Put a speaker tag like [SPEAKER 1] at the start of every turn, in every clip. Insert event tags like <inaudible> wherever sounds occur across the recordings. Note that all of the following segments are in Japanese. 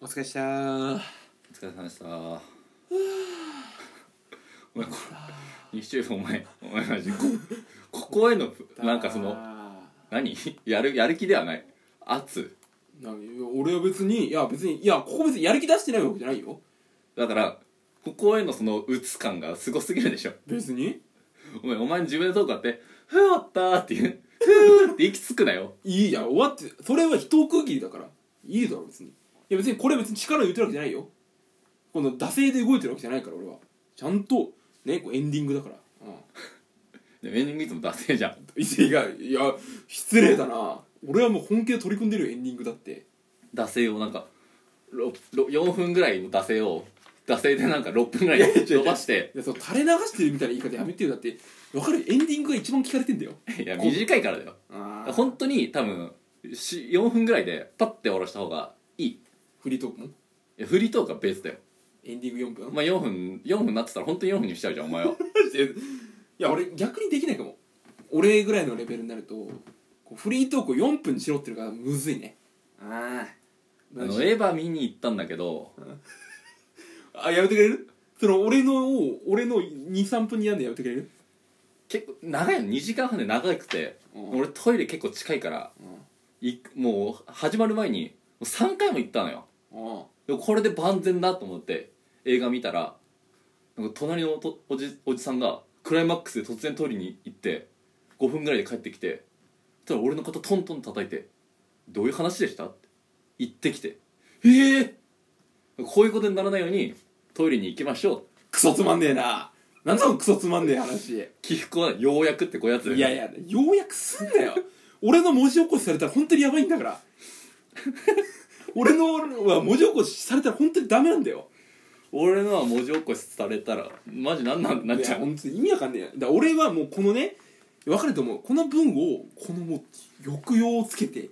[SPEAKER 1] お疲れしたー
[SPEAKER 2] お疲れ様でした。お前これ YouTube お前お前マジこここへの <laughs> なんかその
[SPEAKER 1] あ
[SPEAKER 2] 何やるやる気ではない圧
[SPEAKER 1] ーなんか俺は別にいや別にいやここ別にやる気出してないわけじゃないよ
[SPEAKER 2] だからここへのその鬱感がすごすぎるでしょ。
[SPEAKER 1] 別に
[SPEAKER 2] お前お前自分でトークあってふわったーっていうふーって息つくなよ。
[SPEAKER 1] いいや終わってそれは一区切りだからいいだろ別にいや別にこれ別に力を言ってるわけじゃないよこの惰性で動いてるわけじゃないから俺はちゃんとねこうエンディングだからうん <laughs>
[SPEAKER 2] でエンディングいつも出せじゃん。
[SPEAKER 1] いやいや失礼だな俺はもう本気で取り組んでるよエンディングだって
[SPEAKER 2] 惰性をなんかろろ4分ぐらいの惰性を惰性でなんか6分ぐらい伸ばして
[SPEAKER 1] いやその垂れ流してるみたいな言い方やめてよだってわかるエンディングが一番聞かれてんだよ
[SPEAKER 2] いや短いからだよ。
[SPEAKER 1] ああ
[SPEAKER 2] 本当に多分し4分ぐらいでパッて下ろした方がいいい
[SPEAKER 1] フリートークも
[SPEAKER 2] やフリートークはベースだよ
[SPEAKER 1] エンディング4分、
[SPEAKER 2] まあ4分4分なってたら本当に4分にしちゃうじゃんお前は
[SPEAKER 1] いや俺逆にできないかも俺ぐらいのレベルになるとこうフリートークを4分にしろってるからむずいねあ
[SPEAKER 2] あ
[SPEAKER 1] あ
[SPEAKER 2] のエヴァ見に行ったんだけど
[SPEAKER 1] あやめてくれるその俺のを俺の23分にやんのやめてくれる
[SPEAKER 2] 結構長いの2時間半で長くて、
[SPEAKER 1] うん
[SPEAKER 2] 俺トイレ結構近いから
[SPEAKER 1] うん
[SPEAKER 2] いもう始まる前に3回も行ったのよ
[SPEAKER 1] あ
[SPEAKER 2] でもこれで万全だと思って映画見たらなんか隣のおとおじおじさんがクライマックスで突然トイレに行って5分ぐらいで帰ってきてそしたら俺の肩トントン叩いて「どういう話でした?」って言ってきて「ええこういうことにならないようにトイレに行きましょう
[SPEAKER 1] クソつまんねえななんだそのクソつまんねえ話」
[SPEAKER 2] 起伏はようやくってこうやつ
[SPEAKER 1] いやいや、ようやくすんなよ。俺の文字起こしされたら本当にやばいんだから。俺のは文字起こしされたら本当にダメなんだよ。
[SPEAKER 2] 俺のは文字起こしされたらマジなんなんてなっ
[SPEAKER 1] い
[SPEAKER 2] ち
[SPEAKER 1] や、
[SPEAKER 2] ゃう
[SPEAKER 1] 本当に意味わかんねえよ。だから俺はもうこのね、わかると思う。この文を、このもう、抑揚をつけて、
[SPEAKER 2] 違う違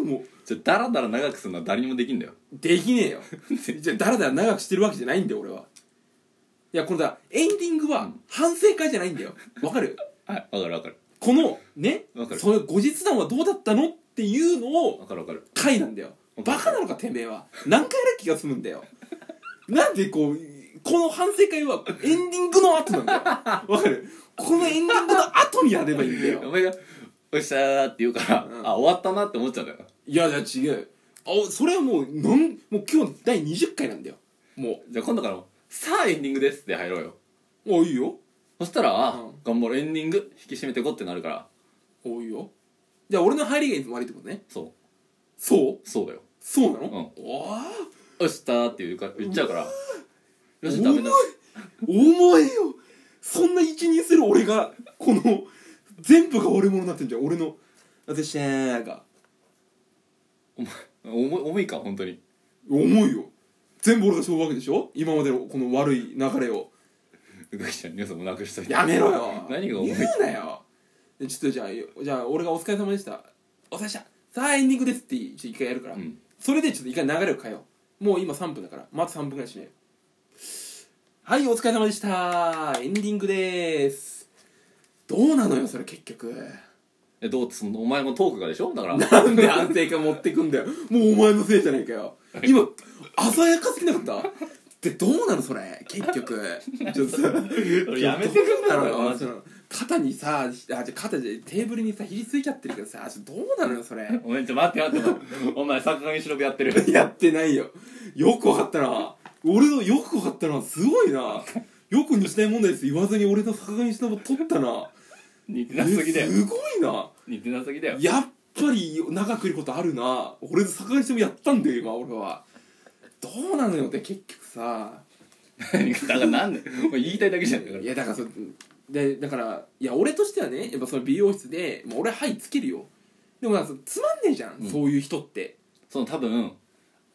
[SPEAKER 2] う
[SPEAKER 1] もう、
[SPEAKER 2] じゃダラダラ長くするのは誰にもできんだよ
[SPEAKER 1] できね
[SPEAKER 2] <laughs>
[SPEAKER 1] えよ。じゃあ、だらだら長くしてるわけじゃないんだよ、俺は。いや、このだ、エンディングは反省会じゃないんだよ。わかる
[SPEAKER 2] はいわかるわかる
[SPEAKER 1] この、ね
[SPEAKER 2] わか、る
[SPEAKER 1] その後日談はどうだったのっていうのを、
[SPEAKER 2] わかるわかる
[SPEAKER 1] 回なんだよバカなのかてめえは何回やる気が済むんだよなんでこうこの反省会はエンディングの後なんだよわかるこのエンディングの後にやればいいんだ
[SPEAKER 2] お
[SPEAKER 1] よ
[SPEAKER 2] 前が「おっしゃー」って言うから、
[SPEAKER 1] うん
[SPEAKER 2] あ終わったなって思っちゃうんだよ
[SPEAKER 1] いやいや違うあそれはもうなんもう今日第20回なんだよも
[SPEAKER 2] じゃあ今度からも「さあエンディングです」って入ろうよ
[SPEAKER 1] うおいいよ
[SPEAKER 2] そしたら「あ
[SPEAKER 1] うん
[SPEAKER 2] 頑張ろうエンディング引き締めてこ」ってなるから
[SPEAKER 1] おいいよじゃあ俺の入りがいつも悪いってことね
[SPEAKER 2] そ
[SPEAKER 1] そう
[SPEAKER 2] うそうだよ
[SPEAKER 1] そうなの、
[SPEAKER 2] ん
[SPEAKER 1] おー
[SPEAKER 2] 「おっしたー」って言うか言っちゃうから「よしダメだ」
[SPEAKER 1] 重いよそんな一任する俺がこの全部が俺ものになってんじゃん俺の「私ね」が
[SPEAKER 2] 重い重いか本当に
[SPEAKER 1] 重いよ全部俺が背負うわけでしょ今までのこの悪い流れを
[SPEAKER 2] うがきちゃん皆さんもなくしといて
[SPEAKER 1] やめろよ
[SPEAKER 2] 何が重い
[SPEAKER 1] 言うなよでちょっとじゃあじゃあ俺が「お疲れ様でした」「お疲れ様でした」「さあエンディングです」ってちょっと一回やるから、
[SPEAKER 2] うん
[SPEAKER 1] それでちょっと一回流れを変えようもう今3分だからまず3分ぐらいしめようはいお疲れ様でしたエンディングでーすどうなのよそれ結局
[SPEAKER 2] えどうそのお前もトークがでしょだから
[SPEAKER 1] なんで安定感持ってくんだよもうお前のせいじゃねえかよ今鮮やかすぎなかったってどうなのそれ結局ちょっとさ
[SPEAKER 2] 俺やめてくんだろ
[SPEAKER 1] どうなの
[SPEAKER 2] マジ
[SPEAKER 1] その肩にさあじゃあ肩じゃテーブルにさひりついちゃってるけどさちょっとどうなのよそれ
[SPEAKER 2] お前ちょ待って待って待ってお前坂上忍やってる
[SPEAKER 1] やってないよよくわかったな俺のよくわかったなすごいなよく日大問題です言わずに俺の坂上忍を取ったな
[SPEAKER 2] 似てなすぎだ
[SPEAKER 1] え
[SPEAKER 2] よ
[SPEAKER 1] すごいな
[SPEAKER 2] 似てなすぎだ
[SPEAKER 1] <laughs>
[SPEAKER 2] よ
[SPEAKER 1] やっぱり長くいることあるな俺坂上もやったんだよ今俺はどうなのよって結局さ
[SPEAKER 2] 何がだからなんでお前言いたいだけじゃんだから
[SPEAKER 1] いやだからそでだからいや俺としてはねやっぱその美容室で、まあ、俺ははいつけるよでもなんかそつまんねえじゃん、
[SPEAKER 2] うん
[SPEAKER 1] そういう人って
[SPEAKER 2] その多分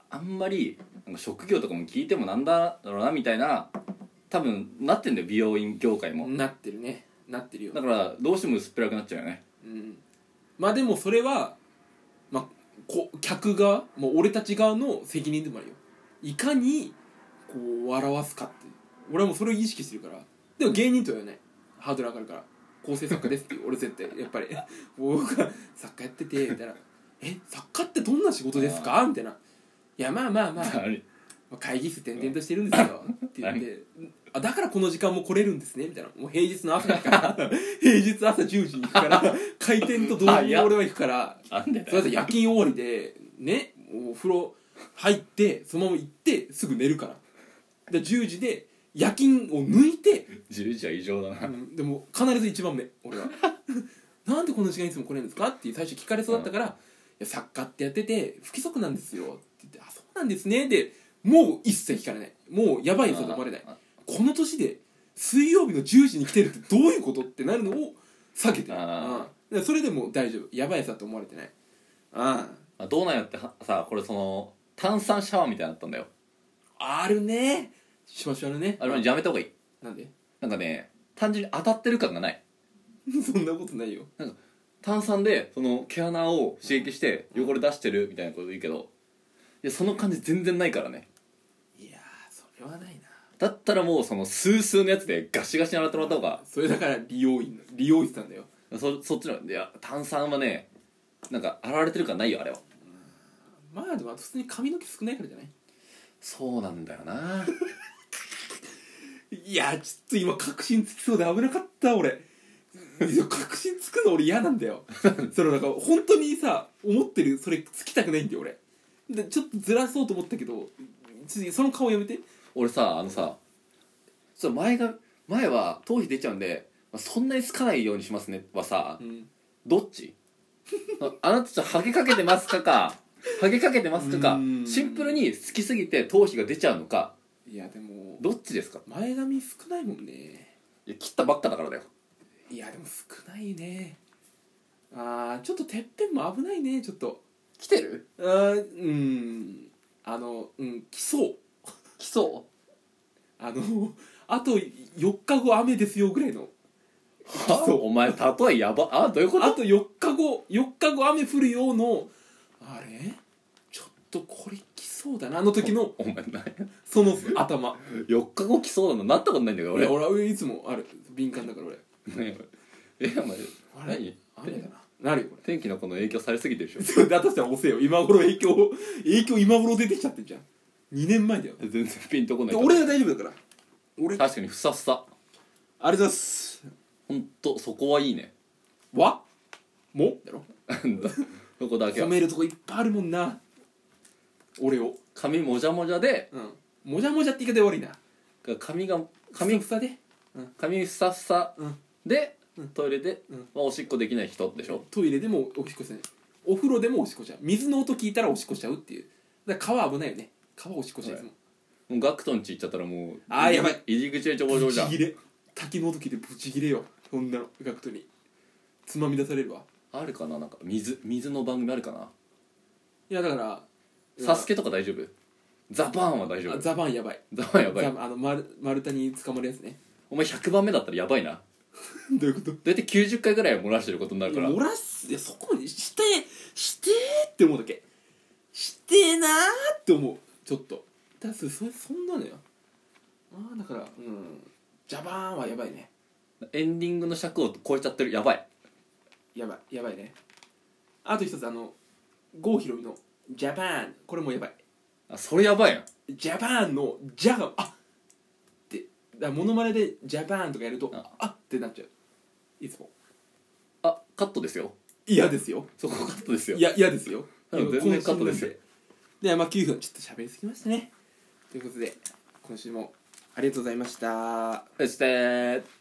[SPEAKER 2] あんまりなんか職業とかも聞いてもなんだろうなみたいな多分なってんだよ美容院業界も、
[SPEAKER 1] なってるねなってるよ
[SPEAKER 2] だからどうしても薄っぺらくなっちゃうよね
[SPEAKER 1] うんまあでもそれはまあこ客側もう俺たち側の責任でもあるよいかにこう笑わすかっていう俺はもうそれを意識してるからでも芸人とは言わないハードル上がるから構成作家ですっていう俺絶対やっぱり僕が作家やっててみたいな「え作家ってどんな仕事ですか?」みたいないやまあまあまあ
[SPEAKER 2] あ <laughs> れ
[SPEAKER 1] 会議室転々としてるんですよ」って言って「あだからこの時間も来れるんですね」みたいなもう平日の朝だから <laughs> 平日朝10時に行くから開店と同時に俺は行くから
[SPEAKER 2] なんで
[SPEAKER 1] それだと夜勤終わりでねお風呂入ってそのまま行ってすぐ寝るからで10時で夜勤を抜いて、
[SPEAKER 2] 10時は異常だ
[SPEAKER 1] う
[SPEAKER 2] なん
[SPEAKER 1] でも必ず一番目俺は <laughs> なんでこの時間いつも来れるんですかって最初聞かれそうだったから、いや作家ってやってて不規則なんですよって言ってあそうなんですねでもう一切聞かれないもうやばい人と思われない
[SPEAKER 2] あ
[SPEAKER 1] この年で水曜日の10時に来てるってどういうことってなるのを避けてる
[SPEAKER 2] あ
[SPEAKER 1] うんでそれでもう大丈夫やばいさって思われてないあ
[SPEAKER 2] あどうなんやってはさこれその炭酸シャワーみたいなのあったんだよ
[SPEAKER 1] あるねしばしばあるね
[SPEAKER 2] あれやめた方がいい
[SPEAKER 1] なんで <laughs>
[SPEAKER 2] なんかね単純に当たってる感がない
[SPEAKER 1] そんなことないよ
[SPEAKER 2] 炭酸でその毛穴を刺激して汚れ出してるみたいなこと言うけどいやその感じ全然ないからね
[SPEAKER 1] いやーそれはないな
[SPEAKER 2] だったらもうそのスースーのやつでガシガシに洗ってもらった方が
[SPEAKER 1] それだから利用員利用室なんだよ
[SPEAKER 2] そそっちのいや炭酸はねなんか洗われてる感ないよあれは
[SPEAKER 1] まあでも普通に髪の毛少ないからじゃない
[SPEAKER 2] そうなんだよな <laughs>
[SPEAKER 1] いやーちょっと今確信つきそうで危なかった俺いや確信つくの俺嫌なんだ <laughs> よそのなんか本当にさ思ってるそれつきたくないんだよ俺でちょっとずらそうと思ったけどちょその顔やめて
[SPEAKER 2] 俺さあのさちょっと前が前は頭皮出ちゃうんで、まあ、そんなにつかないようにしますねはさ
[SPEAKER 1] うん
[SPEAKER 2] どっち <laughs> あなたちょっとハゲかけてますかか <laughs> ハゲかけてますかか
[SPEAKER 1] うん
[SPEAKER 2] シンプルに好きすぎて頭皮が出ちゃうのか
[SPEAKER 1] いやでも
[SPEAKER 2] どっちですか
[SPEAKER 1] 前髪少ないもんね
[SPEAKER 2] いや切ったばっかだからだよ
[SPEAKER 1] いやでも少ないねあーちょっとてっぺんも危ないねちょっと
[SPEAKER 2] 来てる
[SPEAKER 1] あーうんあのうん来そう
[SPEAKER 2] 来そ
[SPEAKER 1] あのあと4日後雨ですよぐらいの
[SPEAKER 2] うは
[SPEAKER 1] そう
[SPEAKER 2] お前例えやばあどういうこと
[SPEAKER 1] あと4日後4日後雨降るようのあれちょっとこれ来そうだなあの時の
[SPEAKER 2] お前な
[SPEAKER 1] その頭
[SPEAKER 2] 4日後来そうなのなったことないんだけど
[SPEAKER 1] 俺
[SPEAKER 2] 俺
[SPEAKER 1] 俺いつもある敏感だから俺
[SPEAKER 2] ねえお前
[SPEAKER 1] あれ
[SPEAKER 2] 何
[SPEAKER 1] 雨だななるよこれ
[SPEAKER 2] 天気のこの影響されすぎてるでし
[SPEAKER 1] <laughs> そうだとしたら遅えよ今頃影響影響今頃出てきちゃってんじゃん2年前だよ
[SPEAKER 2] ょ全然ピンとこな
[SPEAKER 1] で
[SPEAKER 2] い
[SPEAKER 1] 俺は大丈夫だから俺ありがとう
[SPEAKER 2] 確かにふさふさ
[SPEAKER 1] ございます
[SPEAKER 2] ほんとそこはいいね <laughs>
[SPEAKER 1] わもだろ
[SPEAKER 2] そこだけ
[SPEAKER 1] 褒
[SPEAKER 2] は
[SPEAKER 1] めるとこいっぱいあるもんな俺を
[SPEAKER 2] 髪もじゃもじゃで
[SPEAKER 1] うんもじゃもじゃって言い方悪いな
[SPEAKER 2] 髪が
[SPEAKER 1] 髪
[SPEAKER 2] 髪
[SPEAKER 1] ふさで
[SPEAKER 2] 髪ふさふさ
[SPEAKER 1] うん
[SPEAKER 2] で、
[SPEAKER 1] うん
[SPEAKER 2] トイレで、
[SPEAKER 1] うん
[SPEAKER 2] まあ、おしっこできない人でしょ
[SPEAKER 1] トイレでもおしっこしちゃうお風呂でもおしっこしちゃう水の音聞いたらおしっこしちゃうっていうだから川危ないよね川おしっこしちゃう
[SPEAKER 2] はい
[SPEAKER 1] いつも
[SPEAKER 2] もうガクトンち行っちゃったらもう
[SPEAKER 1] あーやばい
[SPEAKER 2] 入り口でちょこちょこ
[SPEAKER 1] ブ
[SPEAKER 2] じ
[SPEAKER 1] チ
[SPEAKER 2] ゃん
[SPEAKER 1] ギレ滝の音聞いてブチギレよそんなのガクトにつまみ出されるわ
[SPEAKER 2] あるかななんか水水の番組あるかない
[SPEAKER 1] やだから
[SPEAKER 2] サスケとか大丈夫ザバーンは大丈
[SPEAKER 1] あ
[SPEAKER 2] 夫
[SPEAKER 1] ザバンやばい
[SPEAKER 2] ザバーンやば
[SPEAKER 1] ザ
[SPEAKER 2] い
[SPEAKER 1] バンあの丸丸太に捕まるやつね
[SPEAKER 2] お前100番目だったらやばいな
[SPEAKER 1] <laughs> どういうこと
[SPEAKER 2] 大体90回ぐらいは漏らしてることになるから
[SPEAKER 1] 漏らすいやそこにしてしてーって思うだけしてーなーって思うちょっとだそそそんなのよああだからうんジャバーンはやばいね
[SPEAKER 2] エンディングの尺を超えちゃってるやばい
[SPEAKER 1] やばいやばいねあと一つあの郷ひろみの「ジャパン」これもやばい
[SPEAKER 2] あそれやばいやん
[SPEAKER 1] 「ジャパン」の「ジャ」が「あっ」ってだからモノマネで「ジャパン」とかやると
[SPEAKER 2] あ
[SPEAKER 1] 「あっ」ってなっちゃういつも
[SPEAKER 2] あカットですよ
[SPEAKER 1] 嫌ですよ
[SPEAKER 2] そこカットですよ
[SPEAKER 1] いや嫌ですよ
[SPEAKER 2] 多分全然カットですよ
[SPEAKER 1] でまあ9分ちょっと喋りすぎましたねということで今週もありがとうございました
[SPEAKER 2] そして